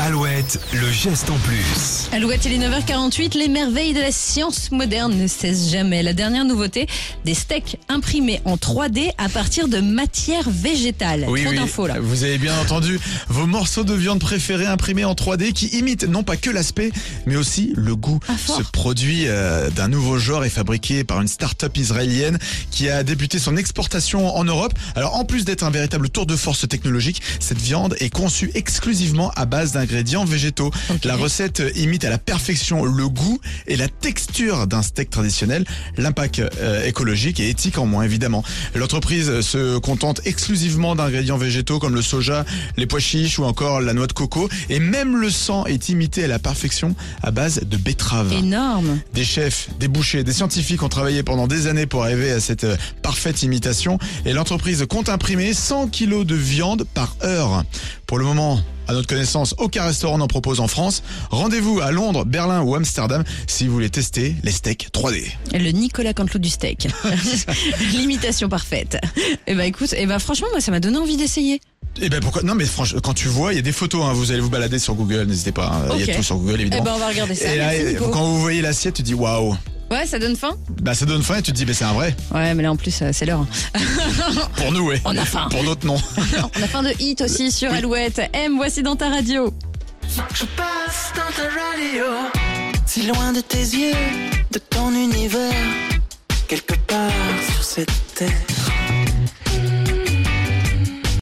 Alouette, le geste en plus. Alouette, il est 9h48, les merveilles de la science moderne ne cessent jamais. La dernière nouveauté, des steaks imprimés en 3D à partir de matière végétale. Trop d'infos là. Vous avez bien entendu vos morceaux de viande préférés imprimés en 3D qui imitent non pas que l'aspect, mais aussi le goût. Ah, fort. Ce produit euh, d'un nouveau genre est fabriqué par une start-up israélienne qui a débuté son exportation en Europe. Alors en plus d'être un véritable tour de force technologique, cette viande est conçue exclusivement à base d'ingrédients végétaux. Ok. La recette imite à la perfection le goût et la texture d'un steak traditionnel, l'impact euh, écologique et éthique en moins évidemment. L'entreprise se contente exclusivement d'ingrédients végétaux comme le soja, les pois chiches ou encore la noix de coco et même le sang est imité à la perfection à base de betterave. Énorme. Des chefs, des bouchers, des scientifiques ont travaillé pendant des années pour arriver à cette euh, parfaite imitation et l'entreprise compte imprimer 100 kilos de viande par heure. Pour le moment, à notre connaissance, aucun restaurant n'en propose en France. Rendez-vous à Londres, Berlin ou Amsterdam si vous voulez tester les steaks 3D. Le Nicolas Canteloup du steak. L'imitation parfaite. Eh ben écoute, eh ben franchement, moi ça m'a donné envie d'essayer. Eh ben pourquoi Non mais franchement, quand tu vois, il y a des photos, hein, vous allez vous balader sur Google, n'hésitez pas, hein, il y Ok. a tout sur Google Eh évidemment. ben on va regarder ça. et là, Merci, Nico. quand vous voyez l'assiette, tu dis waouh, Ouais, ça donne faim bah ça donne faim et tu te dis mais c'est un vrai. Ouais, mais là en plus, euh, c'est l'heure. Pour nous, ouais. On a faim. Pour d'autres, non. on a faim de hit aussi sur Alouette. M, voici dans ta radio. Je passe dans ta radio, si loin de tes yeux, de ton univers, quelque part sur cette terre.